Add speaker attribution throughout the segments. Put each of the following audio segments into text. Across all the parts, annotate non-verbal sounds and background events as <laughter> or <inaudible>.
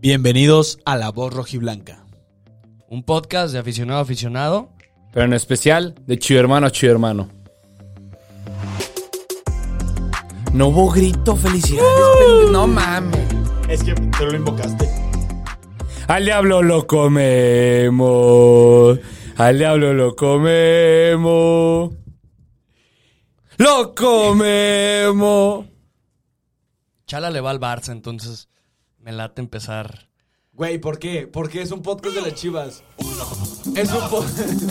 Speaker 1: Bienvenidos a La Voz Rojiblanca.
Speaker 2: Un podcast de aficionado a aficionado.
Speaker 3: Pero en especial de Chivo Hermano a Chivo Hermano. No hubo grito, felicidades. pende- No mames.
Speaker 4: Es que te lo invocaste.
Speaker 3: Al diablo lo comemos. Al diablo lo comemos. Lo comemos.
Speaker 2: Chala le va al Barça, entonces me late empezar.
Speaker 1: Güey, ¿por qué? Porque es un podcast de las chivas. Es un podcast.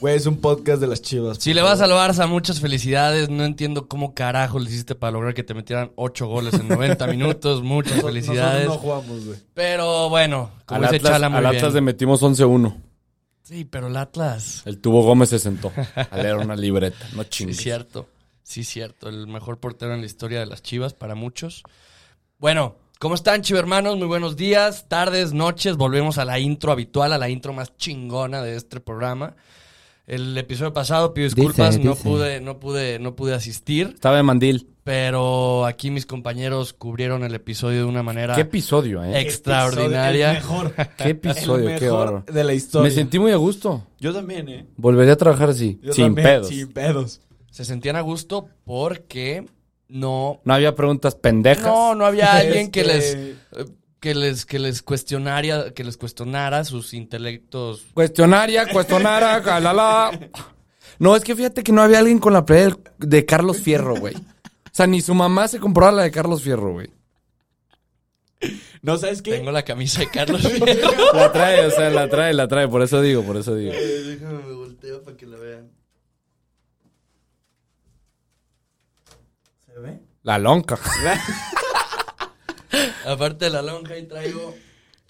Speaker 1: Güey, es un podcast de las chivas.
Speaker 2: Si le vas al Barça, muchas felicidades. No entiendo cómo carajo le hiciste para lograr que te metieran 8 goles en <laughs> 90 minutos. Muchas felicidades.
Speaker 1: Nosotros no jugamos, güey.
Speaker 2: Pero bueno, como
Speaker 3: Al
Speaker 2: dice
Speaker 3: Atlas,
Speaker 2: Chala muy
Speaker 3: al Atlas
Speaker 2: bien.
Speaker 3: le metimos 11-1.
Speaker 2: Sí, pero el Atlas.
Speaker 3: El tubo Gómez se sentó a leer una libreta. No
Speaker 2: Sí,
Speaker 3: chingues.
Speaker 2: cierto. Sí, cierto. El mejor portero en la historia de las Chivas para muchos. Bueno, ¿cómo están, chivermanos? Muy buenos días, tardes, noches. Volvemos a la intro habitual, a la intro más chingona de este programa. El episodio pasado, pido disculpas, no pude, no pude, no pude asistir,
Speaker 3: Estaba de mandil.
Speaker 2: pero aquí mis compañeros cubrieron el episodio de una manera
Speaker 3: Qué episodio, eh.
Speaker 2: extraordinaria.
Speaker 4: Episodio, el mejor.
Speaker 3: Qué
Speaker 4: El
Speaker 3: episodio, qué
Speaker 4: mejor
Speaker 3: bárbaro.
Speaker 1: De la historia.
Speaker 3: Me sentí muy a gusto.
Speaker 4: Yo también, ¿eh?
Speaker 3: Volvería a trabajar así.
Speaker 4: Yo
Speaker 3: sin
Speaker 4: también,
Speaker 3: pedos.
Speaker 4: Sin pedos.
Speaker 2: Se sentían a gusto porque no
Speaker 3: No había preguntas pendejas.
Speaker 2: No, no había alguien que les
Speaker 4: Este-
Speaker 2: que les que les cuestionaría, que les cuestionara sus intelectos.
Speaker 3: Cuestionaria, cuestionara, ah, jalala. No, es que fíjate que no había alguien con la playa del- de Carlos Fierro, güey. O sea, ni su mamá se compraba la de Carlos Fierro, güey.
Speaker 4: No, ¿sabes qué?
Speaker 2: Tengo la camisa de <laughs> Carlos Fierro.
Speaker 3: La trae, o sea, la trae, la trae. Por eso digo, por eso digo.
Speaker 2: Déjame me volteo para que la vean.
Speaker 4: ¿Se ve?
Speaker 3: La lonca.
Speaker 2: Aparte de la lonja y traigo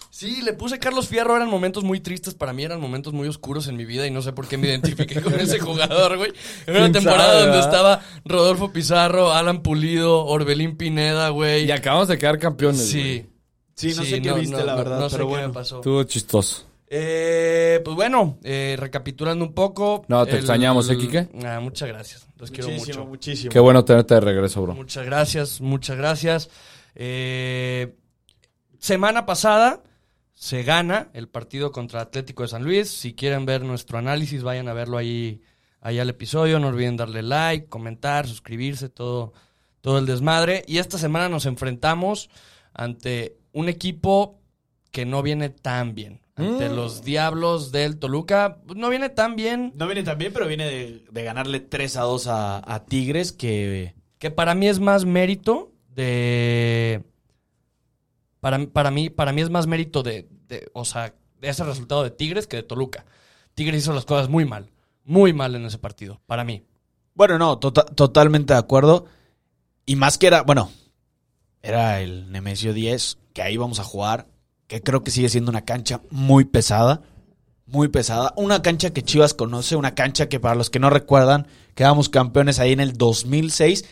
Speaker 2: Sí, le puse Carlos Fierro, eran momentos muy tristes para mí, eran momentos muy oscuros en mi vida y no sé por qué me identifiqué con ese jugador, güey. Era una
Speaker 3: ¿Quién
Speaker 2: temporada
Speaker 4: ah?
Speaker 3: sabe,
Speaker 2: donde
Speaker 3: verdad?
Speaker 2: estaba Rodolfo Pizarro, Alan Pulido, Orbelín Pineda, güey.
Speaker 3: Y acabamos de quedar campeones,
Speaker 2: Sí.
Speaker 3: Sí.
Speaker 4: Sí, no sé qué viste,
Speaker 2: no,
Speaker 4: la
Speaker 2: no,
Speaker 4: verdad,
Speaker 2: no sé
Speaker 4: pero
Speaker 2: qué me
Speaker 4: bueno.
Speaker 2: pasó.
Speaker 3: Estuvo chistoso.
Speaker 2: Eh, pues bueno, eh, recapitulando un poco.
Speaker 3: No, te extrañamos, ¿eh, Quique?
Speaker 2: Ah, muchas gracias. Los quiero
Speaker 4: Muchísimo,
Speaker 2: mucho.
Speaker 4: muchísimo.
Speaker 3: Qué bueno tenerte de regreso, bro.
Speaker 2: Muchas gracias, muchas gracias. Eh, semana pasada se gana el partido contra Atlético de San Luis. Si quieren ver nuestro análisis, vayan a verlo ahí, ahí al episodio. No olviden darle like, comentar, suscribirse, todo, todo el desmadre. Y esta semana nos enfrentamos ante un equipo que no viene tan bien. Ante
Speaker 3: Mm.
Speaker 2: los Diablos del Toluca. No viene tan bien.
Speaker 4: No viene tan bien, pero viene de, de ganarle 3 a 2 a, a Tigres, que
Speaker 2: que para mí es más mérito de para, para mí para mí es más mérito de, de- o sea de ese resultado de Tigres que de Toluca Tigres hizo las cosas muy mal muy mal en ese partido para mí
Speaker 4: Bueno, no, tota- totalmente de acuerdo. Y más que era, bueno, era el Nemesio 10, que ahí vamos a jugar, que creo que sigue siendo una cancha muy pesada, muy pesada. Una cancha que Chivas conoce, una cancha que para los que no recuerdan, quedamos campeones ahí en el 2006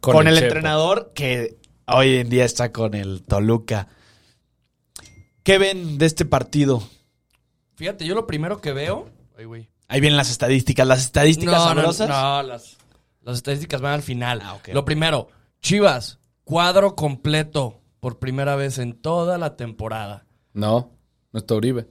Speaker 4: con, el,
Speaker 3: Chepo.
Speaker 4: entrenador que hoy en día está con el Toluca. ¿Qué ven de este partido?
Speaker 2: fíjate yo lo primero que veo ay güey
Speaker 4: Ahí vienen las estadísticas, las estadísticas
Speaker 2: no, no,
Speaker 4: sabrosas.
Speaker 2: no, las las estadísticas van al final
Speaker 4: Ah, ok.
Speaker 2: lo primero Chivas cuadro completo por primera vez en toda la temporada
Speaker 3: No, no está Uribe.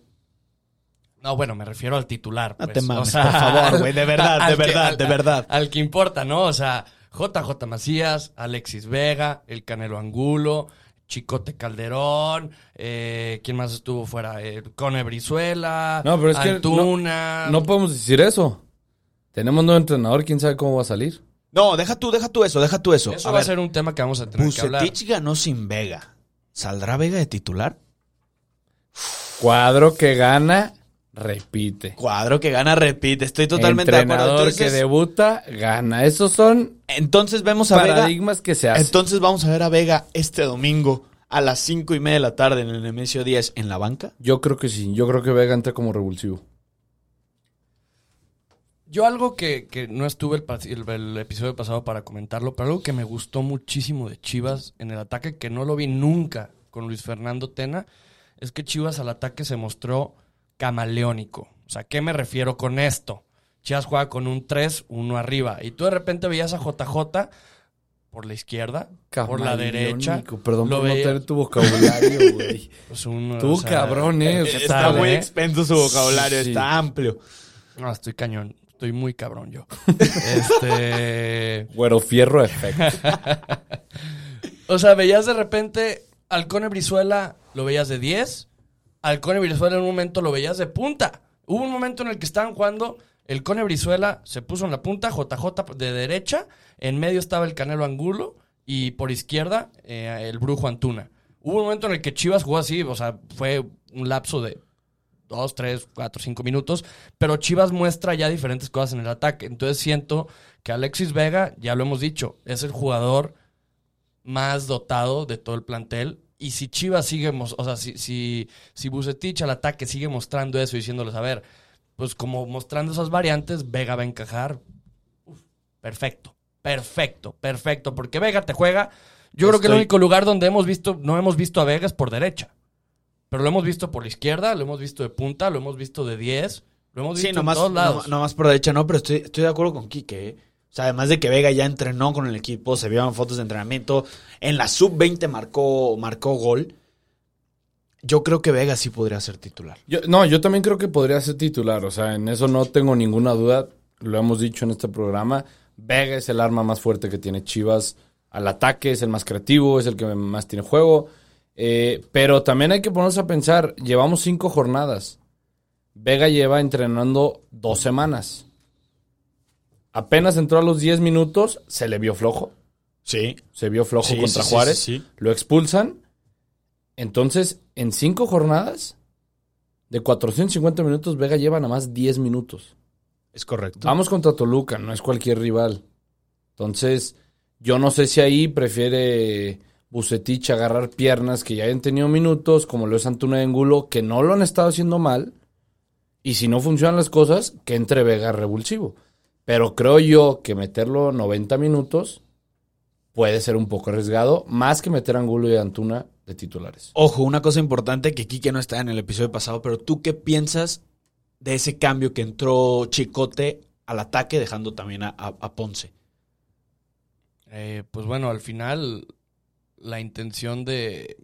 Speaker 2: No, bueno, me refiero al titular.
Speaker 4: No
Speaker 2: pues.
Speaker 4: te mames,
Speaker 2: O sea,
Speaker 4: por favor, güey,
Speaker 2: <laughs>
Speaker 4: de verdad,
Speaker 2: al
Speaker 4: de
Speaker 2: que-
Speaker 4: verdad,
Speaker 2: al-
Speaker 4: de verdad.
Speaker 2: Al que importa, ¿no? O sea, JJ Macías, Alexis Vega, el Canelo Angulo, Chicote Calderón, eh, ¿quién más estuvo fuera? Eh, Cone Brizuela,
Speaker 3: No, pero es que
Speaker 2: Antuna.
Speaker 3: No podemos decir eso. Tenemos nuevo entrenador, quién sabe cómo va a salir.
Speaker 4: No, deja tú, deja tú eso, deja tú eso.
Speaker 2: Eso
Speaker 4: A
Speaker 2: va a
Speaker 4: ver,
Speaker 2: ser un tema que vamos a tener que hablar.
Speaker 4: Bucetich ganó sin Vega. ¿Saldrá Vega de titular?
Speaker 3: Cuadro que gana, repite.
Speaker 4: Cuadro que gana, repite. Estoy totalmente de
Speaker 3: Entrenador
Speaker 4: acuerdo. Entonces,
Speaker 3: que debuta, gana. Esos son
Speaker 4: entonces vemos a Vega.
Speaker 3: paradigmas que se hacen.
Speaker 4: Entonces vamos a ver a Vega este domingo a las cinco y media de la tarde en el Nemesio 10 en la banca.
Speaker 3: Yo creo que sí. Yo creo que Vega entra como revulsivo.
Speaker 2: Yo algo que, que no estuve el, pas- el- el episodio pasado para comentarlo, pero algo que me gustó muchísimo de Chivas en el ataque, que no lo vi nunca con Luis Fernando Tena, es que Chivas al ataque se mostró camaleónico. O sea, ¿qué me refiero con esto? Chivas juega con un 3-1 arriba. Y tú de repente veías a JJ por la izquierda, por la derecha.
Speaker 3: Camaleónico, Perdón
Speaker 2: lo
Speaker 3: por no
Speaker 2: veía-
Speaker 3: tener
Speaker 2: <laughs>
Speaker 3: tu vocabulario, güey.
Speaker 2: pues, uno,
Speaker 3: Tú,
Speaker 2: o sea,
Speaker 3: cabrón, eh.
Speaker 2: ¿qué
Speaker 4: Está
Speaker 2: tal,
Speaker 4: muy
Speaker 2: eh?
Speaker 4: expenso su vocabulario,
Speaker 3: Sí.
Speaker 4: está amplio.
Speaker 2: No, estoy cañón. Estoy muy cabrón
Speaker 3: <laughs>
Speaker 2: yo. este.
Speaker 3: Güero fierro efecto.
Speaker 2: O sea, veías de repente al Cone Brizuela, lo veías de 10. Al Cone Brizuela en un momento lo veías de punta. Hubo un momento en el que estaban jugando. El Cone Brizuela se puso en la punta, JJ de derecha. En medio estaba el Canelo Angulo. Y por izquierda, eh, el Brujo Antuna. Hubo un momento en el que Chivas jugó así. O sea, fue un lapso de dos, tres, cuatro, cinco minutos, pero Chivas muestra ya diferentes cosas en el ataque. Entonces siento que Alexis Vega, ya lo hemos dicho, es el jugador más dotado de todo el plantel. Y si Chivas sigue, mos- o sea, si, si, si Bucetich al ataque sigue mostrando eso y diciéndoles, a ver, pues como mostrando esas variantes, Vega va a encajar. Uf, perfecto, perfecto, perfecto, porque Vega te juega. Yo creo que el
Speaker 4: Estoy-
Speaker 2: único lugar donde hemos visto, no hemos visto a Vega es por derecha. Pero lo hemos visto por la izquierda, lo hemos visto de punta, lo hemos visto de 10, lo hemos visto
Speaker 4: Sí,
Speaker 2: en
Speaker 4: nomás,
Speaker 2: todos lados.
Speaker 4: nom- nomás por derecha no, pero estoy, estoy de acuerdo con Quique. ¿eh? O sea, además de que Vega ya entrenó con el equipo, se vieron fotos de entrenamiento, en la sub-20 marcó, marcó gol. Yo creo que Vega sí podría ser titular.
Speaker 3: Yo- no, yo también creo que podría ser titular. O sea, en eso no tengo ninguna duda. Lo hemos dicho en este programa. Vega es el arma más fuerte que tiene Chivas al ataque, es el más creativo, es el que más tiene juego. Eh, pero también hay que ponerse a pensar, llevamos cinco jornadas. Vega lleva entrenando dos semanas. Apenas entró a los 10 minutos, se le vio flojo.
Speaker 4: Sí.
Speaker 3: Se vio flojo
Speaker 4: Sí,
Speaker 3: contra
Speaker 4: sí, sí,
Speaker 3: Juárez.
Speaker 4: sí, sí.
Speaker 3: Lo expulsan. Entonces, en cinco jornadas, de 450 minutos, Vega lleva nada más 10 minutos.
Speaker 4: Es correcto.
Speaker 3: Vamos contra Toluca, no es cualquier rival. Entonces, yo no sé si ahí prefiere Bucetich agarrar piernas que ya hayan tenido minutos, como lo es Antuna de Angulo, que no lo han estado haciendo mal. Y si no funcionan las cosas, que entre Vega revulsivo. Pero creo yo que meterlo 90 minutos puede ser un poco arriesgado, más que meter a Angulo y a Antuna de titulares.
Speaker 4: Ojo, una cosa importante que Quique no está en el episodio pasado, pero ¿tú qué piensas de ese cambio que entró Chicote al ataque, dejando también a, a- a Ponce?
Speaker 2: Eh, pues bueno, al final la intención de...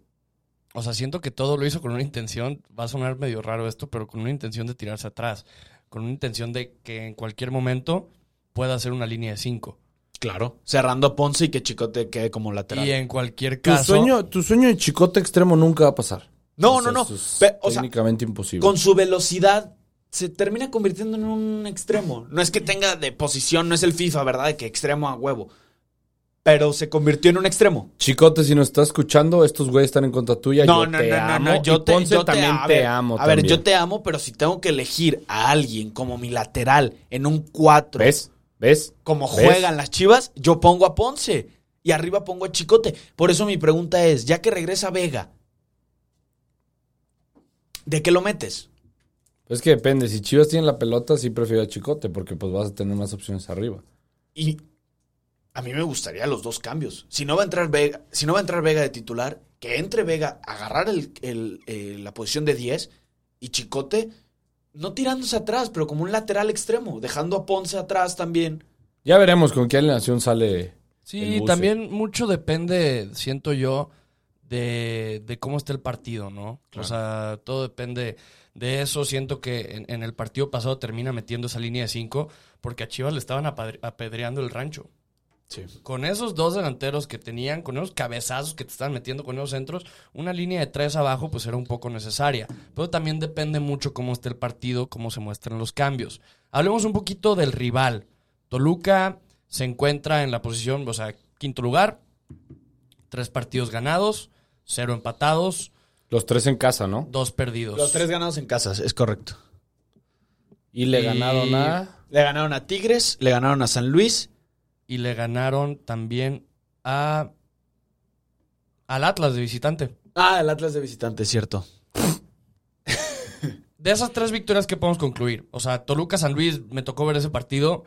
Speaker 2: O sea, siento que todo lo hizo con una intención, va a sonar medio raro esto, pero con una intención de tirarse atrás, con una intención de que en cualquier momento pueda hacer una línea de 5.
Speaker 4: Claro. Cerrando a Ponce y que Chicote quede como lateral.
Speaker 2: Y en cualquier
Speaker 3: Tu
Speaker 2: caso...
Speaker 3: sueño, tu sueño de chicote extremo nunca va a pasar.
Speaker 4: No,
Speaker 3: O sea,
Speaker 4: no, no.
Speaker 3: eso es
Speaker 4: Pe- o sea,
Speaker 3: técnicamente imposible.
Speaker 4: con su velocidad se termina convirtiendo en un extremo. No es que tenga de posición, no es el FIFA, ¿verdad? De que extremo a huevo. Pero se convirtió en un extremo.
Speaker 3: Chicote, si nos estás escuchando, estos güeyes están en contra tuya.
Speaker 4: No,
Speaker 3: yo
Speaker 4: no,
Speaker 3: te
Speaker 4: no, no,
Speaker 3: amo.
Speaker 4: no, yo
Speaker 3: y
Speaker 4: te,
Speaker 3: Ponce
Speaker 4: yo te-
Speaker 3: también
Speaker 4: a
Speaker 3: te
Speaker 4: ver,
Speaker 3: amo.
Speaker 4: A ver,
Speaker 3: también.
Speaker 4: yo te amo, pero si tengo que elegir a alguien como mi lateral en un 4,
Speaker 3: ¿Ves? ¿Ves?
Speaker 4: como
Speaker 3: ¿Ves?
Speaker 4: juegan las chivas, yo pongo a Ponce y arriba pongo a Chicote. Por eso mi pregunta es, ya que regresa Vega, ¿de qué lo metes?
Speaker 3: Es que depende. Si Chivas tiene la pelota, sí prefiero a Chicote, porque pues vas a tener más opciones arriba.
Speaker 4: Y a mí me gustaría los dos cambios. Si no va a entrar Vega, si no va a entrar Vega de titular, que entre Vega, agarrar el- el- eh, la posición de 10 y Chicote, no tirándose atrás, pero como un lateral extremo, dejando a Ponce atrás también.
Speaker 3: Ya veremos con qué alineación sale. el
Speaker 2: Sí,
Speaker 3: buce.
Speaker 2: también mucho depende, siento yo, de, de cómo esté el partido, ¿no? O sea, todo depende de eso. Siento que en, en el partido pasado termina metiendo esa línea de cinco porque a Chivas le estaban apadre- apedreando el rancho. Con esos dos delanteros que tenían, con esos cabezazos que te estaban metiendo, con esos centros, una línea de tres abajo pues era un poco necesaria. Pero también depende mucho cómo esté el partido, cómo se muestran los cambios. Hablemos un poquito del rival. Toluca se encuentra en la posición, o sea, quinto lugar, tres partidos ganados, cero empatados,
Speaker 3: Los tres en casa, ¿no?
Speaker 2: dos perdidos.
Speaker 4: Los tres ganados en casa, es correcto.
Speaker 3: Y le
Speaker 2: Y-
Speaker 3: ganaron a.
Speaker 4: Le ganaron a Tigres, le ganaron a San Luis.
Speaker 2: Y le ganaron también a al Atlas de visitante.
Speaker 4: Ah, el Atlas de visitante, es cierto.
Speaker 2: De esas tres victorias que podemos concluir, o sea, Toluca San Luis, me tocó ver ese partido,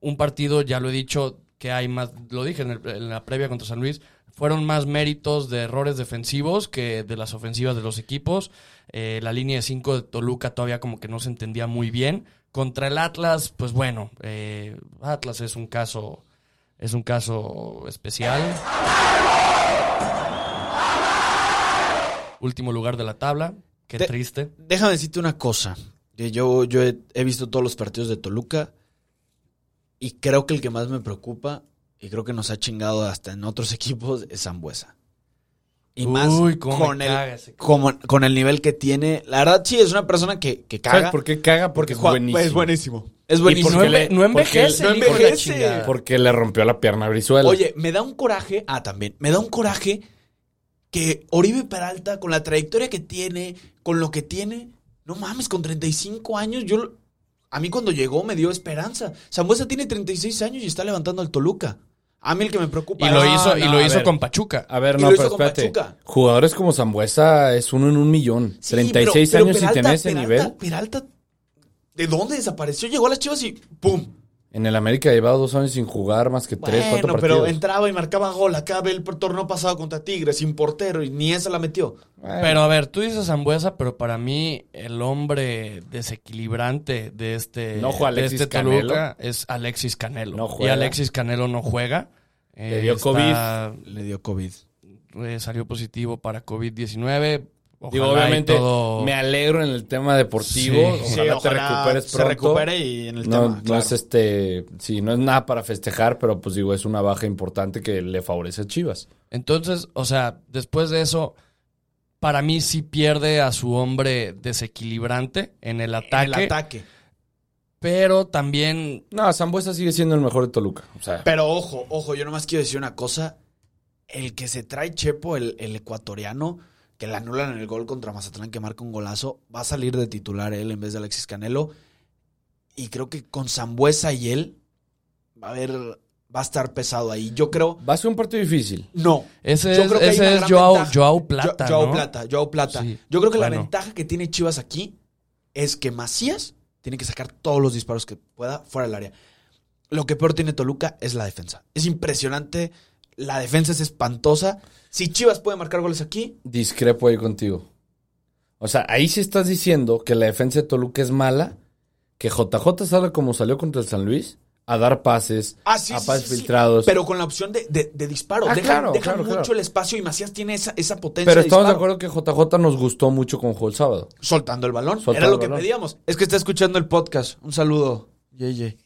Speaker 2: un partido, ya lo he dicho, que hay más, lo dije en, el- en la previa contra San Luis, fueron más méritos de errores defensivos que de las ofensivas de los equipos. Eh, la línea de 5 de Toluca todavía como que no se entendía muy bien. Contra el Atlas, pues bueno, eh, Atlas es un caso, es un caso especial. Último lugar de la tabla, qué
Speaker 4: Te-
Speaker 2: triste.
Speaker 4: Déjame decirte una cosa. que Yo, yo he, he visto todos los partidos de Toluca y creo que el que más me preocupa y creo que nos ha chingado hasta en otros <laughs> equipos es Zambuesa. Y más
Speaker 2: Uy, cómo me
Speaker 4: con,
Speaker 2: caga
Speaker 4: el,
Speaker 2: ese
Speaker 4: como- con el nivel que tiene. La verdad, sí, es una persona que, que caga.
Speaker 3: ¿Sabes por qué caga? Porque es
Speaker 4: Juan-
Speaker 3: buenísimo.
Speaker 4: Es buenísimo. Es
Speaker 2: Y
Speaker 4: buenísimo.
Speaker 2: no, enve- no envejece.
Speaker 4: no
Speaker 2: el hijo de la
Speaker 4: envejece.
Speaker 2: chingada.
Speaker 3: Porque le rompió la pierna a Brizuela.
Speaker 4: Oye, me da un coraje. Ah, también. Me da un coraje que Oribe Peralta, con la trayectoria que tiene, con lo que tiene, no mames, con 35 años, yo. lo- A mí cuando llegó me dio esperanza. Zambuesa tiene 36 años y está levantando al Toluca. A mí el que me preocupa.
Speaker 2: Y lo
Speaker 4: No,
Speaker 2: hizo, y
Speaker 4: no,
Speaker 2: lo
Speaker 4: a
Speaker 2: hizo
Speaker 4: ver.
Speaker 2: con Pachuca.
Speaker 3: A ver,
Speaker 4: Y
Speaker 3: no,
Speaker 4: lo hizo
Speaker 3: pero
Speaker 4: con
Speaker 3: espérate.
Speaker 4: Pachuca.
Speaker 3: Jugadores como Zambuesa es uno en un millón.
Speaker 4: Sí,
Speaker 3: 36
Speaker 4: pero- pero
Speaker 3: años y
Speaker 4: Peralta-
Speaker 3: tener ese
Speaker 4: Peralta-
Speaker 3: nivel.
Speaker 4: Peralta, ¿de dónde desapareció? Llegó a las chivas y ¡pum!
Speaker 3: En el América llevaba dos años sin jugar más que tres, cuatro
Speaker 4: Bueno,
Speaker 3: partidos.
Speaker 4: pero entraba y marcaba gol. Acá ve el torneo pasado contra Tigres sin portero y ni esa la metió.
Speaker 3: Bueno,
Speaker 2: Pero a ver, tú dices Zambuesa, pero para mí el hombre desequilibrante de este,
Speaker 3: No juega
Speaker 2: de
Speaker 3: Alexis
Speaker 2: este Toluca
Speaker 3: Canelo.
Speaker 2: es Alexis Canelo.
Speaker 3: No
Speaker 2: Y
Speaker 3: juega.
Speaker 2: Alexis Canelo no juega.
Speaker 3: Le dio
Speaker 4: Le dio COVID.
Speaker 2: eh, salió positivo para COVID-19. Ojalá
Speaker 3: Digo,
Speaker 2: y
Speaker 3: obviamente,
Speaker 2: todo-
Speaker 3: me alegro en el tema deportivo.
Speaker 2: Sí.
Speaker 3: ojalá te recuperes pronto.
Speaker 4: Se recupere y en el
Speaker 3: no,
Speaker 4: tema.
Speaker 3: no
Speaker 4: claro.
Speaker 3: es este, sí, no es nada para festejar, pero pues digo, es una baja importante que le favorece a Chivas.
Speaker 2: Entonces, o sea, después de eso, para mí sí pierde a su hombre desequilibrante en el ataque.
Speaker 4: el ataque.
Speaker 2: Pero también
Speaker 3: No, Zambuesa sigue siendo el mejor de Toluca. O sea,
Speaker 4: Pero ojo, ojo, yo nomás quiero decir una cosa. El que se trae Chepo, el, el ecuatoriano, que le anulan el gol contra Mazatlán, que marca un golazo, va a salir de titular él en vez de Alexis Canelo. Y creo que con Zambuesa y él va a haber, va a estar pesado ahí. Yo creo,
Speaker 3: va a ser un partido difícil.
Speaker 4: no.
Speaker 2: ese
Speaker 4: Yo
Speaker 2: es,
Speaker 4: creo que hay
Speaker 2: ese
Speaker 4: una
Speaker 2: es
Speaker 4: gran
Speaker 2: Joao,
Speaker 4: ventaja.
Speaker 2: Joao Plata.
Speaker 4: Yo- Joao
Speaker 2: ¿no?
Speaker 4: Plata, Joao Plata.
Speaker 2: Sí.
Speaker 4: Yo creo que la
Speaker 2: Bueno.
Speaker 4: ventaja que tiene Chivas aquí es que Macías tiene que sacar todos los disparos que pueda fuera del área. Lo que peor tiene Toluca es la defensa. Es impresionante. La defensa es espantosa. Si Chivas puede marcar goles aquí,
Speaker 3: Discrepo ahí contigo. O sea, ahí sí estás diciendo que la defensa de Toluca es mala, que JJ sale como salió contra el San Luis, a dar pases,
Speaker 4: ah, sí,
Speaker 3: a
Speaker 4: sí,
Speaker 3: pases
Speaker 4: sí, sí,
Speaker 3: filtrados.
Speaker 4: Pero con la opción de, de- de disparo.
Speaker 3: Ah,
Speaker 4: dejan
Speaker 3: claro,
Speaker 4: dejan
Speaker 3: claro,
Speaker 4: mucho
Speaker 3: claro.
Speaker 4: el espacio y Macías tiene esa, esa potencia.
Speaker 3: Pero
Speaker 4: de
Speaker 3: estamos de
Speaker 4: disparo.
Speaker 3: acuerdo que JJ nos gustó mucho con Jol Sábado.
Speaker 4: Soltando el balón.
Speaker 3: Soltando
Speaker 4: Era lo
Speaker 3: el
Speaker 4: que
Speaker 3: balón.
Speaker 4: pedíamos. Es que está escuchando el podcast. Un saludo, Yeye.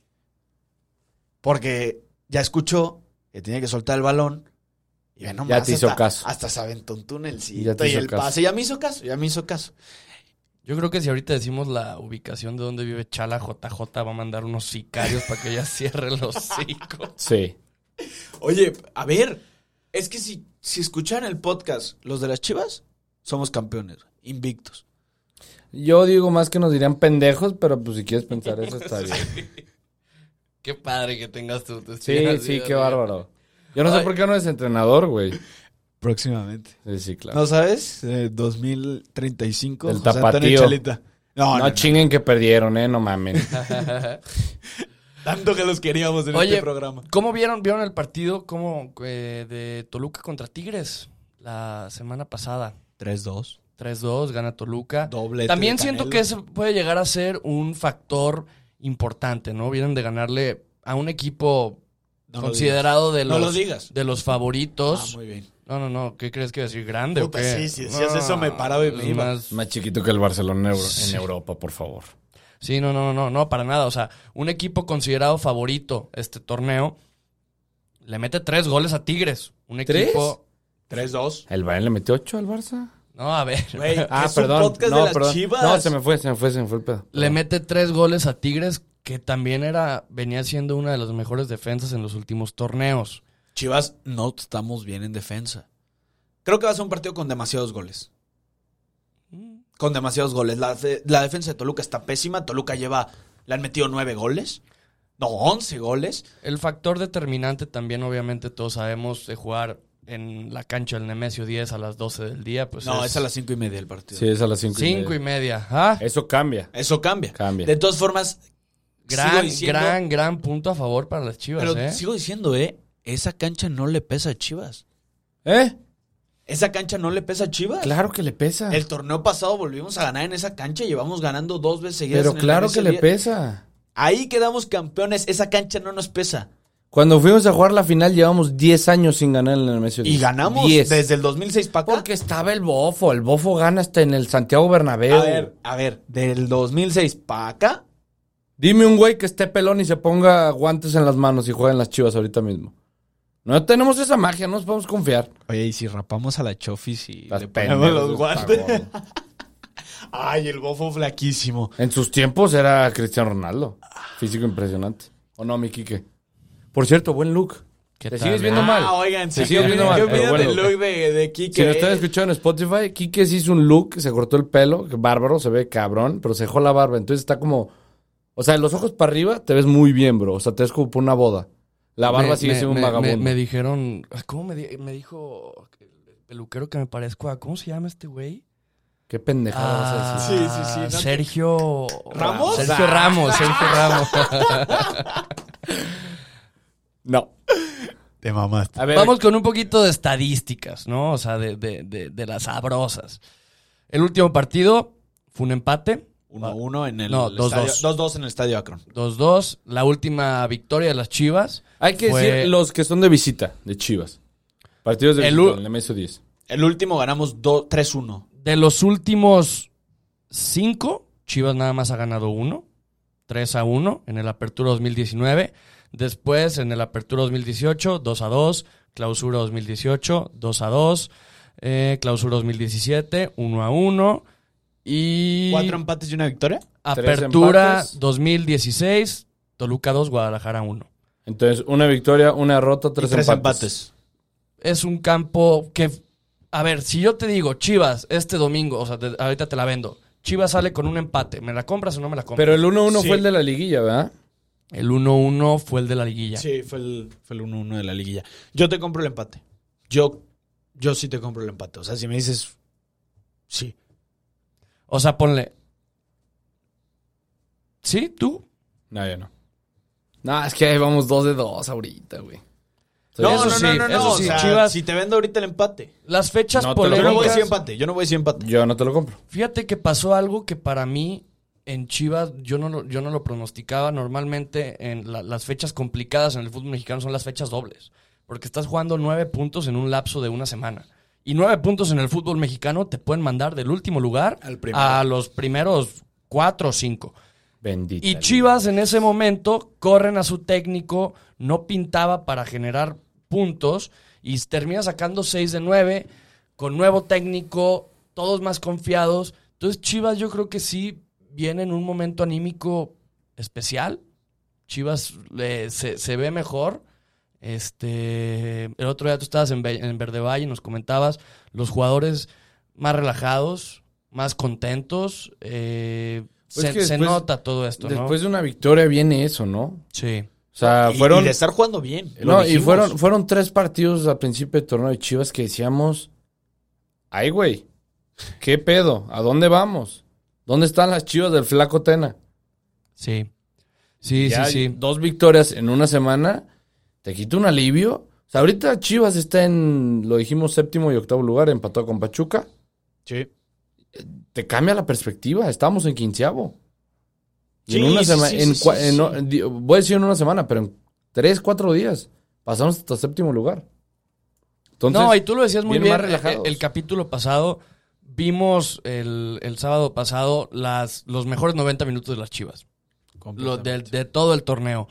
Speaker 4: Porque ya escuchó que tenía que soltar el balón. Y ve nomás,
Speaker 3: Ya te hizo
Speaker 4: hasta,
Speaker 3: caso.
Speaker 4: Hasta se aventó un túnel.
Speaker 3: Ya te
Speaker 4: y
Speaker 3: hizo
Speaker 4: el
Speaker 3: caso.
Speaker 4: pase. Ya me hizo caso. Ya me hizo caso.
Speaker 2: Yo creo que si ahorita decimos la ubicación de donde vive Chala, JJ va a mandar unos sicarios para que ella <laughs> cierre los hocico.
Speaker 3: Sí.
Speaker 4: Oye, a ver. Es que si, si escuchan el podcast los de las chivas, somos campeones. Invictos.
Speaker 3: Yo digo más que nos dirían pendejos, pero pues si quieres pensar eso
Speaker 4: <laughs>
Speaker 3: está bien.
Speaker 2: Qué padre que tengas tu tu-
Speaker 3: Sí, sí, qué bárbaro. Yo no sé
Speaker 2: Ay.
Speaker 3: por qué no es entrenador, güey.
Speaker 4: Próximamente.
Speaker 3: Sí, sí, claro.
Speaker 4: ¿No sabes? Eh, 2035.
Speaker 3: El
Speaker 4: José Antonio
Speaker 3: tapatío.
Speaker 4: Chalita. No,
Speaker 3: No,
Speaker 4: no, no.
Speaker 3: chinguen que perdieron, eh, no mamen. <laughs>
Speaker 4: Tanto que los queríamos en
Speaker 2: Oye,
Speaker 4: este programa.
Speaker 2: <laughs> ¿Cómo vieron, vieron el partido como eh, de Toluca contra Tigres la semana pasada?
Speaker 4: 3-2.
Speaker 2: 3-2, gana Toluca.
Speaker 4: Doble.
Speaker 2: También siento que ese puede llegar a ser un factor importante, ¿no? Vienen de ganarle a un equipo considerado de
Speaker 4: No
Speaker 2: los,
Speaker 4: lo digas.
Speaker 2: de los favoritos.
Speaker 4: Ah, muy bien.
Speaker 2: No, no, no. ¿Qué crees que iba a decir? ¿Grande
Speaker 4: Puta,
Speaker 2: o qué?
Speaker 4: sí, sí, decías eso, me paraba y me
Speaker 2: es
Speaker 4: iba.
Speaker 2: más-
Speaker 3: Más chiquito que el Barcelona en Euro-
Speaker 2: Sí.
Speaker 3: en Europa, por favor.
Speaker 2: Sí, no, no, no, no, para nada. O sea, un equipo considerado favorito este torneo le mete tres goles a Tigres. Un
Speaker 3: ¿Tres?
Speaker 2: equipo...
Speaker 3: <laughs>
Speaker 4: 3-2.
Speaker 3: ¿El Bayern le metió 8 al Barça?
Speaker 2: No, a ver.
Speaker 4: Güey,
Speaker 3: Ah,
Speaker 4: es
Speaker 3: perdón.
Speaker 4: un podcast
Speaker 3: no,
Speaker 4: de las
Speaker 3: perdón.
Speaker 4: chivas.
Speaker 3: No, se me fue, se me fue, se me fue el pedo.
Speaker 2: Le mete tres goles a Tigres, que también era venía siendo una de las mejores defensas en los últimos torneos.
Speaker 4: Chivas, no estamos bien en defensa. Creo que va a ser un partido con demasiados goles. Con demasiados goles. La, de- la defensa de Toluca está pésima. Toluca lleva. Le han metido nueve goles. No, once goles.
Speaker 2: El factor determinante también, obviamente, todos sabemos de jugar en la cancha del Nemesio 10 a las 12 del día. Pues
Speaker 4: no, es,
Speaker 2: es,
Speaker 4: a las cinco y media el partido.
Speaker 3: Sí, es a las 5 y,
Speaker 2: 5 y
Speaker 3: media.
Speaker 2: media. ¿Ah?
Speaker 3: Eso cambia.
Speaker 4: Eso cambia.
Speaker 3: Cambia.
Speaker 4: De todas formas,
Speaker 2: Gran,
Speaker 1: diciendo-
Speaker 2: gran, gran punto a favor para las chivas,
Speaker 4: Pero
Speaker 2: ¿eh?
Speaker 4: sigo diciendo, ¿eh? Esa cancha no le pesa a Chivas.
Speaker 3: ¿Eh?
Speaker 4: Esa cancha no le pesa a Chivas.
Speaker 3: Claro que le pesa.
Speaker 4: El torneo pasado volvimos a ganar en esa cancha. Llevamos ganando dos veces seguidas.
Speaker 3: Pero
Speaker 4: en el
Speaker 3: claro
Speaker 4: MS10.
Speaker 3: que le pesa.
Speaker 4: Ahí quedamos campeones. Esa cancha no nos pesa.
Speaker 3: Cuando fuimos a jugar la final llevamos 10 años sin ganar en el Nemesio
Speaker 4: Y
Speaker 3: 10.
Speaker 4: ganamos
Speaker 3: 10.
Speaker 4: desde el 2006 para acá.
Speaker 3: Porque estaba el Bofo. El Bofo gana hasta en el Santiago Bernabéu.
Speaker 4: a ver, a ver, del 2006 para acá.
Speaker 3: Dime un güey que esté pelón y se ponga guantes en las manos y juegue en las chivas ahorita mismo. No tenemos esa magia, no nos podemos confiar.
Speaker 4: Oye, y si rapamos a la Chofis y
Speaker 3: Estás
Speaker 4: le ponemos
Speaker 3: pendejo,
Speaker 4: los
Speaker 3: estás
Speaker 4: guantes.
Speaker 3: gordo.
Speaker 4: Ay, el bofo flaquísimo.
Speaker 3: En sus tiempos era Cristiano Ronaldo.
Speaker 4: Ah.
Speaker 3: Físico impresionante. ¿O no, mi Quique? Por cierto, buen look.
Speaker 2: ¿Qué
Speaker 3: Te
Speaker 2: tal,
Speaker 3: sigues viendo
Speaker 2: eh?
Speaker 3: mal.
Speaker 4: Ah, oigan, sí.
Speaker 3: Se sigue
Speaker 4: ¿Qué
Speaker 3: viendo
Speaker 4: opinan-
Speaker 3: mal,
Speaker 4: ¿Qué
Speaker 3: pero
Speaker 4: opinan
Speaker 3: bueno.
Speaker 4: del look de, de
Speaker 3: Si
Speaker 4: Quique?
Speaker 3: lo están escuchando en Spotify, Quique se hizo un look, se cortó el pelo, que bárbaro, se ve cabrón, pero se dejó la barba. Entonces está como. O sea, de los ojos para arriba te ves muy bien, bro. O sea, te ves como por una boda. La barba
Speaker 2: Me-
Speaker 3: sigue
Speaker 2: me-
Speaker 3: siendo un
Speaker 2: me-
Speaker 3: vagabundo.
Speaker 2: Me, me dijeron, ah, ¿cómo me, di- me dijo el peluquero que me parezco a, ¿cómo se llama este güey?
Speaker 3: Qué pendejada vas a decir.
Speaker 2: Ah,
Speaker 4: Sí, sí, sí, no te-
Speaker 2: Sergio
Speaker 4: ¿Ramos?
Speaker 2: Sergio Ramos, Sergio Ramos.
Speaker 3: No.
Speaker 4: Te mamaste.
Speaker 3: A ver,
Speaker 2: Vamos con un poquito de estadísticas, ¿no? O sea, de, de- de- de las sabrosas. El último partido fue un empate,
Speaker 4: 1-1 en el
Speaker 2: No,
Speaker 4: estadio-
Speaker 2: 2-2.
Speaker 4: 2-2 en el estadio Akron.
Speaker 2: 2-2. La última victoria de las Chivas.
Speaker 3: hay que
Speaker 2: fue-
Speaker 3: decir los que son de visita, de Chivas. Partidos de
Speaker 2: El
Speaker 3: visita,
Speaker 2: u-
Speaker 3: en el MSO 10.
Speaker 4: El último ganamos do- 3-1.
Speaker 2: De los últimos cinco, Chivas nada más ha ganado uno. 3 a 1 en el Apertura 2019. Después en el Apertura 2018, 2 a 2. Clausura 2018, 2 a 2. eh, clausura 2017, 1 a 1. Y
Speaker 4: ¿Cuatro em- empates y una victoria?
Speaker 2: Apertura
Speaker 3: empates.
Speaker 2: 2016, Toluca 2, Guadalajara 1.
Speaker 3: Entonces, una victoria, una derrota, tres,
Speaker 4: y tres
Speaker 3: empates.
Speaker 4: empates.
Speaker 2: es un campo que. A ver, si yo te digo, Chivas, este domingo, o sea, te- ahorita te la vendo. Chivas sale con un empate. ¿Me la compras o no me la compras?
Speaker 3: Pero el 1-1
Speaker 4: Sí.
Speaker 3: fue el de la liguilla, ¿verdad?
Speaker 2: el 1-1 fue el de la liguilla.
Speaker 4: Sí, fue el, fue el 1-1 de la liguilla. Yo te compro el empate. Yo, yo sí te compro el empate. O sea, si me dices. Sí.
Speaker 2: O sea, ponle. ¿Sí? ¿Tú?
Speaker 3: No, ya no. No, es que ahí vamos dos de dos ahorita, güey.
Speaker 2: No, eso sí, eso sí,
Speaker 4: o sea,
Speaker 2: Chivas-
Speaker 4: Si te vendo ahorita el empate.
Speaker 2: Las fechas
Speaker 3: No te
Speaker 4: Yo no
Speaker 3: lo
Speaker 4: voy a
Speaker 2: polémicas.
Speaker 4: decir empate. Yo no voy a decir empate.
Speaker 3: Yo no te lo compro.
Speaker 2: Fíjate que pasó algo que para mí en Chivas yo no lo, yo no lo pronosticaba. Normalmente en la- las fechas complicadas en el fútbol mexicano son las fechas dobles. Porque estás jugando nueve puntos en un lapso de una semana. Y nueve puntos en el fútbol mexicano te pueden mandar del último lugar
Speaker 4: Al primero.
Speaker 2: a los primeros cuatro o cinco.
Speaker 3: Bendito.
Speaker 2: Y Chivas en ese momento corren a su técnico, no pintaba para generar puntos y termina sacando 6 de 9 con nuevo técnico, todos más confiados. Entonces Chivas yo creo que sí viene en un momento anímico especial. Chivas eh, se, se ve mejor. Este, el otro día tú estabas en, Ve- en Verde Valle y nos comentabas los jugadores más relajados, más contentos. eh,
Speaker 3: Pues
Speaker 2: se,
Speaker 3: que
Speaker 2: se
Speaker 3: después-
Speaker 2: nota todo esto, ¿no?
Speaker 3: Después de una victoria viene eso, ¿no? O
Speaker 2: Sí.
Speaker 3: sea,
Speaker 4: Y-
Speaker 3: Ah, fueron.
Speaker 4: y de estar jugando bien. Lo
Speaker 3: no, y
Speaker 4: dijimos.
Speaker 3: fueron, fueron tres partidos al principio del torneo de Chivas que decíamos: Ay, güey, ¿qué pedo? ¿A dónde vamos? ¿Dónde están las Chivas del Flaco Tena?
Speaker 2: Sí. Sí,
Speaker 3: Ya
Speaker 2: sí, sí.
Speaker 3: Dos victorias en una semana, te quita un alivio. O sea, ahorita Chivas está en, lo dijimos, séptimo y octavo lugar, empatado con Pachuca.
Speaker 4: Sí.
Speaker 3: Te cambia la perspectiva, estamos en quinceavo. Y en
Speaker 4: Sí,
Speaker 3: una
Speaker 4: sí,
Speaker 3: semana,
Speaker 4: sí, sí, sí, sí.
Speaker 3: voy a decir en una semana, pero en tres, cuatro días, pasamos hasta séptimo lugar. Entonces,
Speaker 2: no, y tú lo decías muy
Speaker 3: vienen
Speaker 2: bien.
Speaker 3: más
Speaker 2: eh, eh,
Speaker 3: relajados.
Speaker 2: El, capítulo pasado, vimos el, el sábado pasado las, los mejores 90 minutos de las Chivas. Lo de, de todo el torneo.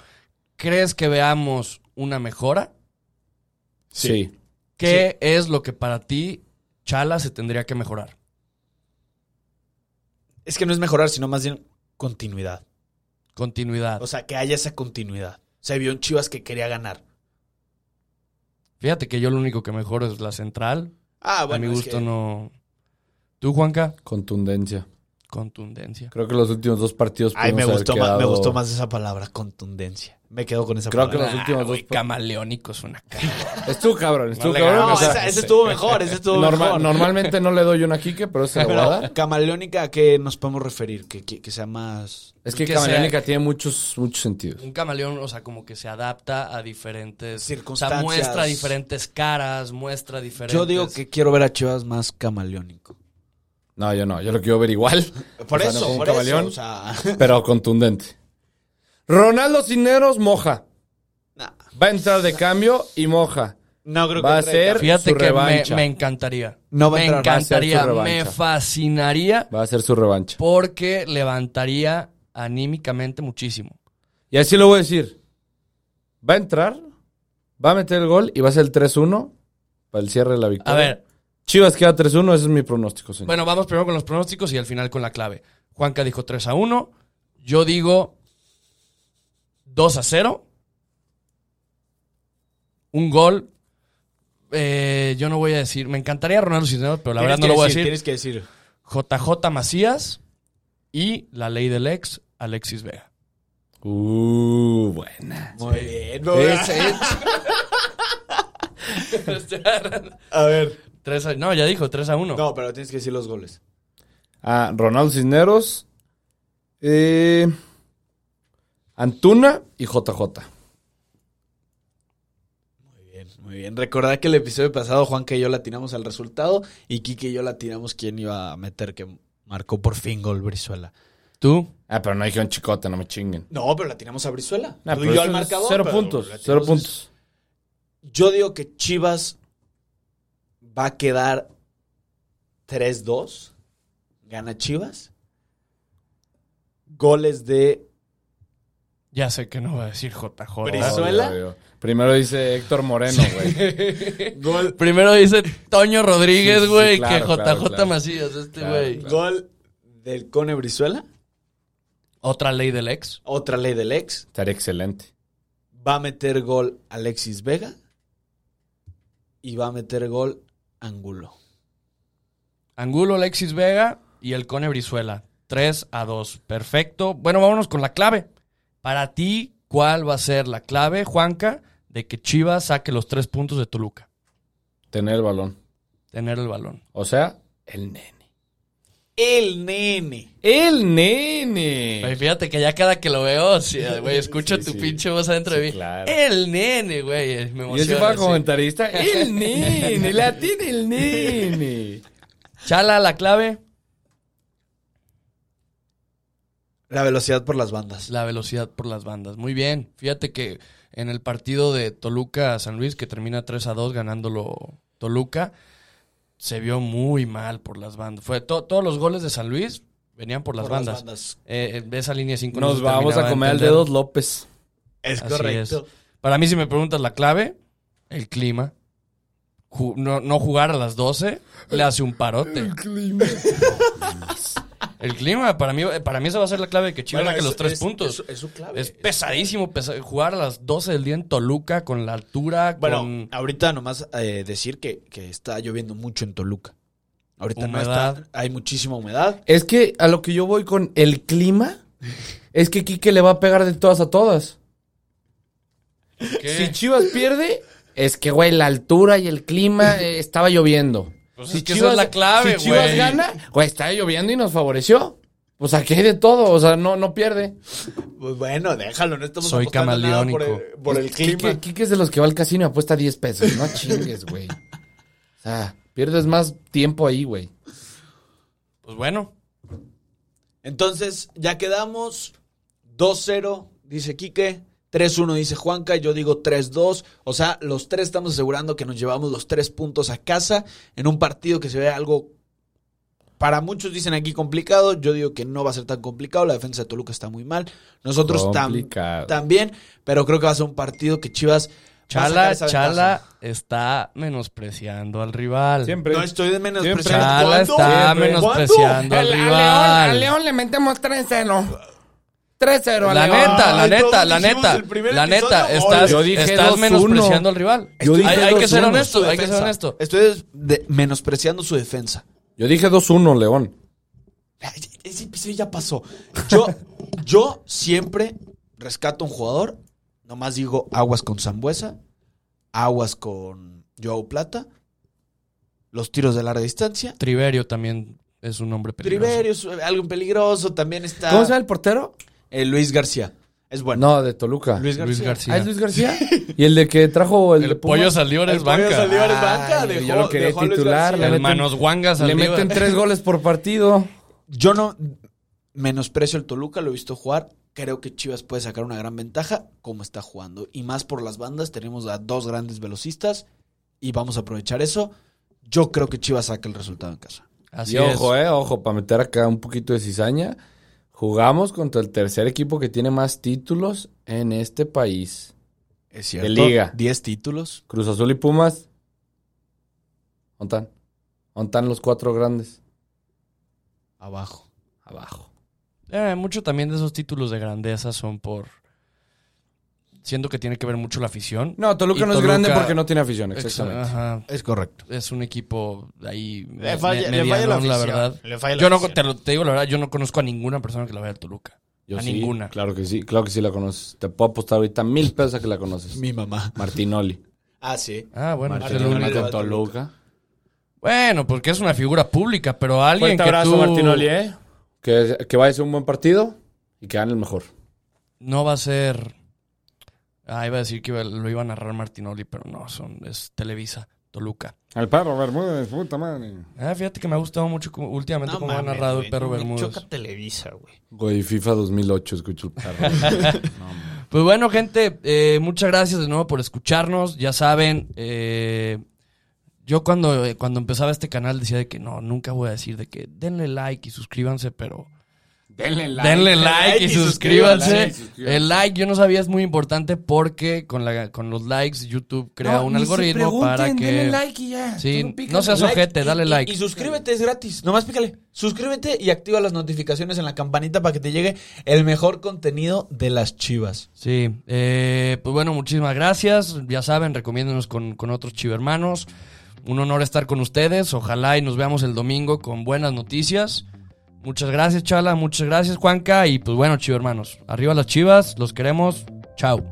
Speaker 2: ¿Crees que veamos una mejora?
Speaker 3: sí.
Speaker 2: ¿Qué es lo que para ti, Chala, se tendría que mejorar?
Speaker 4: Es que no es mejorar, sino más bien continuidad.
Speaker 2: Continuidad.
Speaker 4: O sea, que haya esa continuidad. Se vio en Chivas que quería ganar.
Speaker 2: Fíjate que yo lo único que mejoro es la central.
Speaker 4: Ah,
Speaker 2: A mi
Speaker 4: es
Speaker 2: gusto
Speaker 4: que-
Speaker 2: no. ¿Tú, Juanca?
Speaker 3: contundencia.
Speaker 2: Contundencia.
Speaker 3: Creo que los últimos dos partidos.
Speaker 4: Ay, me
Speaker 3: pudimos haber
Speaker 4: gustó, más, me
Speaker 3: quedado-
Speaker 4: gustó más esa palabra, contundencia. Me quedo con esa
Speaker 3: Creo que
Speaker 4: palabra.
Speaker 3: los últimos
Speaker 2: Ah, güey,
Speaker 3: dos.
Speaker 2: camaleónico es una cara.
Speaker 3: Estuvo cabrón, estuvo
Speaker 2: le
Speaker 3: cabrón.
Speaker 4: No,
Speaker 3: o sea,
Speaker 4: esa- ese estuvo mejor, ese
Speaker 3: <laughs>
Speaker 4: estuvo
Speaker 3: norma-
Speaker 4: mejor.
Speaker 3: Normalmente no le doy una Quique, pero se lo voy a dar.
Speaker 4: Pero, camaleónica, ¿a qué nos podemos referir? Que, que- que sea más...
Speaker 3: Es que
Speaker 2: Que
Speaker 3: Camaleónica
Speaker 2: sea-
Speaker 3: tiene muchos, muchos sentidos.
Speaker 2: pues, Un camaleón, o sea, como que se adapta a diferentes
Speaker 4: Circunstancias.
Speaker 2: O sea, muestra diferentes caras, muestra diferentes.
Speaker 4: Yo digo que quiero ver a Chivas más camaleónico.
Speaker 3: No, yo no, yo lo quiero ver igual. <laughs>
Speaker 4: Por
Speaker 3: O sea, no
Speaker 4: eso,
Speaker 3: como un
Speaker 4: por
Speaker 3: Pues, camaleón,
Speaker 4: eso. O sea, <laughs>
Speaker 3: Pero contundente. Ronaldo Cineros moja.
Speaker 4: nah.
Speaker 3: Va a entrar de cambio y moja.
Speaker 4: no creo
Speaker 3: Va a
Speaker 4: entre-
Speaker 3: ser-
Speaker 2: Fíjate
Speaker 3: su
Speaker 2: que me,
Speaker 3: revancha.
Speaker 2: me encantaría.
Speaker 4: No va a
Speaker 2: me
Speaker 4: entrar, va
Speaker 3: a ser su
Speaker 2: encantaría, me
Speaker 3: revancha.
Speaker 2: fascinaría
Speaker 3: Va a ser su revancha.
Speaker 2: porque levantaría anímicamente muchísimo.
Speaker 3: Y así lo voy a decir. Va a entrar, va a meter el gol y va a ser el 3-1 para el cierre de la
Speaker 2: A
Speaker 3: victoria.
Speaker 2: ver,
Speaker 3: Chivas queda 3-1, ese es mi pronóstico, señor.
Speaker 2: bueno, vamos primero con los pronósticos y al final con la clave. Juanca dijo 3 a 1. Yo digo 2 a 0. Un gol. Eh, yo no voy a decir. Me encantaría Ronaldo Cisneros, pero la
Speaker 4: Tienes
Speaker 2: verdad no
Speaker 4: que
Speaker 2: lo voy a
Speaker 4: decir,
Speaker 2: decir.
Speaker 4: Tienes que decir.
Speaker 2: JJ Macías y la ley del ex, Alexis Vega.
Speaker 4: <laughs>
Speaker 3: Uh, buena.
Speaker 4: Muy bien. muy bien.
Speaker 3: Es- es-
Speaker 4: <laughs> A ver.
Speaker 2: Tres a- no, ya dijo, 3 a 1.
Speaker 4: No, pero tienes que decir los goles.
Speaker 3: Ah, Ronaldo Cisneros, eh, Antuna y JJ.
Speaker 4: Muy bien, muy bien. Recordad que el episodio pasado Juanca y yo latinamos al resultado y Kike y yo latinamos quién iba a meter que marcó por fin gol Brizuela.
Speaker 2: ¿Tú?
Speaker 3: Ah, pero no dijeron chicote, no me chinguen.
Speaker 4: No, pero latinamos a Brizuela.
Speaker 3: Ah,
Speaker 4: Tú
Speaker 3: pero
Speaker 4: y Pues yo
Speaker 3: eso
Speaker 4: al
Speaker 3: es
Speaker 4: marcador.
Speaker 3: Cero
Speaker 4: pero
Speaker 3: puntos,
Speaker 4: latinamos
Speaker 3: cero
Speaker 4: es-
Speaker 3: puntos.
Speaker 4: Yo digo que Chivas va a quedar 3-2. Gana Chivas. Goles de
Speaker 2: Ya sé que no va a decir JJ.
Speaker 4: Brizuela. ¿Venezuela?
Speaker 3: Obvio, obvio. Ah, Primero dice Héctor Moreno, güey.
Speaker 4: gol,
Speaker 2: Primero dice Toño
Speaker 3: Sí,
Speaker 2: Rodríguez,
Speaker 3: sí,
Speaker 2: güey,
Speaker 3: claro,
Speaker 2: que
Speaker 3: claro,
Speaker 2: JJ
Speaker 3: claro.
Speaker 2: Macías, este
Speaker 3: Claro,
Speaker 2: güey.
Speaker 3: claro.
Speaker 4: gol del Cone Brizuela.
Speaker 2: Otra ley del ex.
Speaker 4: Otra ley del ex.
Speaker 3: Estaría excelente.
Speaker 4: Va a meter gol Alexis Vega. Y va a meter gol Angulo.
Speaker 2: Angulo, Alexis Vega y el Cone Brizuela. 3 a 2. Perfecto. Bueno, vámonos con la clave. Para ti, ¿cuál va a ser la clave, Juanca, de que Chivas saque los tres puntos de Toluca?
Speaker 3: Tener el balón.
Speaker 2: Tener el balón.
Speaker 3: O sea, el nene.
Speaker 4: El nene.
Speaker 3: ¡El
Speaker 2: Güey,
Speaker 3: nene!
Speaker 2: fíjate que ya cada que lo veo,
Speaker 3: <laughs>
Speaker 2: sí, güey, escucho
Speaker 3: Sí,
Speaker 2: tu
Speaker 3: sí.
Speaker 2: pinche voz adentro de
Speaker 3: Sí,
Speaker 2: mí.
Speaker 3: claro.
Speaker 2: El nene, güey. Me
Speaker 3: Y ese fue
Speaker 2: emociona. sí.
Speaker 4: <laughs>
Speaker 3: comentarista. ¡El nene! ¡La tiene el nene!
Speaker 2: Chala, la clave,
Speaker 4: La velocidad por las bandas.
Speaker 2: la velocidad por las bandas. Muy bien. Fíjate que en el partido de Toluca a San Luis, que termina 3 a 2 ganándolo Toluca, se vio muy mal por las bandas. Fue to- todos los goles de San Luis venían por las
Speaker 4: Por
Speaker 2: bandas. Eh, eh, de esa línea 5
Speaker 3: Nos vamos a comer al dedos López.
Speaker 4: Es
Speaker 2: Así
Speaker 4: correcto.
Speaker 2: Para mí, si me preguntas la clave, el clima. Ju- no, no jugar a las 12 le hace un parote. <laughs> El clima, para mí, para mí esa va a ser la clave de que Chivas
Speaker 4: Bueno,
Speaker 2: saque
Speaker 4: es-
Speaker 2: los tres
Speaker 4: es-
Speaker 2: puntos.
Speaker 4: Es, es su clave.
Speaker 2: Es pesadísimo pesa- jugar a las 12 del día en Toluca con la altura,
Speaker 4: Bueno,
Speaker 2: con
Speaker 4: ahorita nomás eh, decir que, que está lloviendo mucho en Toluca. Ahorita no
Speaker 2: Humedad.
Speaker 4: está, hay muchísima humedad.
Speaker 3: Es que a lo que yo voy con el clima, es que Quique le va a pegar de todas a todas. Si Chivas pierde, es que, güey, la altura y el clima eh, estaba lloviendo.
Speaker 2: Pues
Speaker 3: si
Speaker 2: es que esa es la clave,
Speaker 3: Si Chivas
Speaker 2: güey.
Speaker 3: gana, güey, estaba lloviendo y nos favoreció. O sea, que hay de todo, o sea, no, no pierde.
Speaker 4: Pues bueno, déjalo, no estamos
Speaker 2: Soy
Speaker 4: apostando nada por el,
Speaker 2: camaleónico.
Speaker 4: por el clima.
Speaker 3: Quique, Quique es de los que va al casino y apuesta 10 pesos. No chingues, güey. O sea, pierdes más tiempo ahí, güey.
Speaker 2: pues bueno,
Speaker 4: Entonces, ya quedamos 2-0, dice Quique. 3-1 dice Juanca, yo digo 3-2. O sea, los tres estamos asegurando que nos llevamos los tres puntos a casa en un partido que se ve algo, para muchos dicen aquí complicado, yo digo que no va a ser tan complicado, la defensa de Toluca está muy mal, nosotros tam-
Speaker 3: Complicado.
Speaker 4: también, pero creo que va a ser un partido que Chivas... va a sacar
Speaker 2: Chala,
Speaker 4: esa
Speaker 2: Chala
Speaker 4: ventaja.
Speaker 2: está menospreciando al rival.
Speaker 4: No estoy de menos
Speaker 2: Chala está menospreciando al rival.
Speaker 3: le metemos 3-0. 3-0
Speaker 2: La neta, la
Speaker 4: Ay,
Speaker 2: neta,
Speaker 4: todos
Speaker 2: la
Speaker 4: dijimos
Speaker 2: neta,
Speaker 4: el primer
Speaker 2: la
Speaker 4: episodio,
Speaker 2: neta,
Speaker 4: gol.
Speaker 2: estás,
Speaker 3: Yo dije
Speaker 2: estás
Speaker 3: 2-1.
Speaker 2: menospreciando al rival.
Speaker 3: Yo dije
Speaker 2: hay, hay que ser
Speaker 3: 2-1.
Speaker 2: honesto, hay que ser
Speaker 4: defensa.
Speaker 2: honesto.
Speaker 4: Estoy des- de- menospreciando su defensa.
Speaker 3: Yo dije 2-1, León.
Speaker 4: Ay, Es sí, ya pasó. Yo, yo siempre rescato a un jugador, nomás digo aguas con Zambuesa, aguas con Joao Plata, los tiros de larga distancia.
Speaker 2: Triverio también es un hombre peligroso.
Speaker 4: Triverio, es algo peligroso, también está
Speaker 3: ¿Cómo se llama el portero?
Speaker 4: eh, Luis García. Es bueno.
Speaker 3: No, de Toluca.
Speaker 4: Luis García.
Speaker 2: Luis
Speaker 3: ¿Ah, es
Speaker 2: García.
Speaker 3: Luis García? <laughs> ¿Y el de que trajo el, de
Speaker 2: El
Speaker 3: Pumas?
Speaker 2: pollo salió es
Speaker 1: Antonio
Speaker 2: banca.
Speaker 1: Saldívar es banca,
Speaker 4: Ay,
Speaker 1: dejó,
Speaker 3: yo lo quería
Speaker 1: dejó a Luis
Speaker 3: titular,
Speaker 1: García.
Speaker 3: le
Speaker 2: El
Speaker 3: meten-
Speaker 2: manos guangas
Speaker 3: Le meten tres goles por partido.
Speaker 4: Yo no menosprecio el Toluca, lo he visto jugar. Creo que Chivas puede sacar una gran ventaja como está jugando. Y más por las bandas, tenemos a dos grandes velocistas y vamos a aprovechar eso. Yo creo que Chivas saca el resultado en casa.
Speaker 2: Así
Speaker 3: y ojo, eh, ojo, para meter acá un poquito de cizaña. Jugamos contra el tercer equipo que tiene más títulos en este país.
Speaker 4: Es cierto.
Speaker 3: liga.
Speaker 4: 10 títulos.
Speaker 3: Cruz Azul y Pumas. ¿Ontan? ¿Ontan los cuatro grandes?
Speaker 4: Abajo.
Speaker 3: Abajo.
Speaker 2: es. Eh, mucho también de esos títulos de grandeza son por... Siento que tiene que ver mucho la afición.
Speaker 3: No, Toluca
Speaker 2: Y
Speaker 3: no es
Speaker 2: Toluca-
Speaker 3: grande porque no tiene afición, exactamente.
Speaker 2: Ajá.
Speaker 4: Es correcto.
Speaker 2: Es un equipo ahí
Speaker 5: Le
Speaker 2: me-
Speaker 5: falla,
Speaker 2: me-
Speaker 5: le falla la
Speaker 2: medianón, la
Speaker 5: afición.
Speaker 2: verdad.
Speaker 5: Le falla la
Speaker 2: Yo no,
Speaker 5: afición.
Speaker 2: te, lo- te digo la verdad, yo no conozco a ninguna persona que la vea al Toluca.
Speaker 3: Yo
Speaker 2: a
Speaker 3: sí,
Speaker 2: ninguna.
Speaker 3: Claro que sí, claro que sí la conoces. Te puedo apostar ahorita mil pesos a que la conoces.
Speaker 4: Mi mamá.
Speaker 3: Martinoli.
Speaker 4: Ah, sí.
Speaker 2: Ah, bueno.
Speaker 4: Martín
Speaker 2: es el
Speaker 4: Olmedo.
Speaker 2: único.
Speaker 4: Martinoli.
Speaker 3: Toluca.
Speaker 2: Bueno, porque es una figura pública, pero alguien
Speaker 3: Fuerte
Speaker 2: que
Speaker 3: abrazo,
Speaker 2: tú
Speaker 3: Martinoli, ¿eh? Que, que vaya a ser un buen partido y que gane el mejor.
Speaker 2: no va a ser... Ah, iba a decir que iba- lo iba a narrar Martinoli, pero no, son es Televisa, Toluca.
Speaker 3: Al perro Bermúdez, puta madre.
Speaker 2: Ah, fíjate que me ha gustado mucho como- últimamente cómo ha
Speaker 5: mames,
Speaker 2: narrado
Speaker 5: güey,
Speaker 2: el perro
Speaker 5: me
Speaker 2: Bermúdez.
Speaker 5: Choca Televisa, güey.
Speaker 3: Güey, FIFA 2008, escucho el perro.
Speaker 2: Pues bueno, gente, eh, muchas gracias de nuevo por escucharnos. Ya saben, eh, yo cuando, eh, cuando empezaba este canal decía de que no, nunca voy a decir de que denle like y suscríbanse, pero...
Speaker 3: Denle
Speaker 2: Denle like y suscríbanse.
Speaker 3: suscríbanse.
Speaker 2: El like, yo no sabía, es muy importante porque con, la, con los likes YouTube crea un algoritmo para que...
Speaker 3: y ya.
Speaker 2: Sí, no seas ojete, dale like.
Speaker 4: Y, suscríbete, es gratis. Nomás pícale. Suscríbete y activa las notificaciones en la campanita para que te llegue el mejor contenido de las Chivas.
Speaker 2: Sí, eh, pues bueno, muchísimas gracias. Ya saben, recomiéndenos con, con otros chivermanos. Un honor estar con ustedes. Ojalá y nos veamos el domingo con buenas noticias. Muchas gracias, Chala. Muchas gracias, Juanca. Y pues bueno, chivermanos. Arriba las chivas, los queremos. Chao.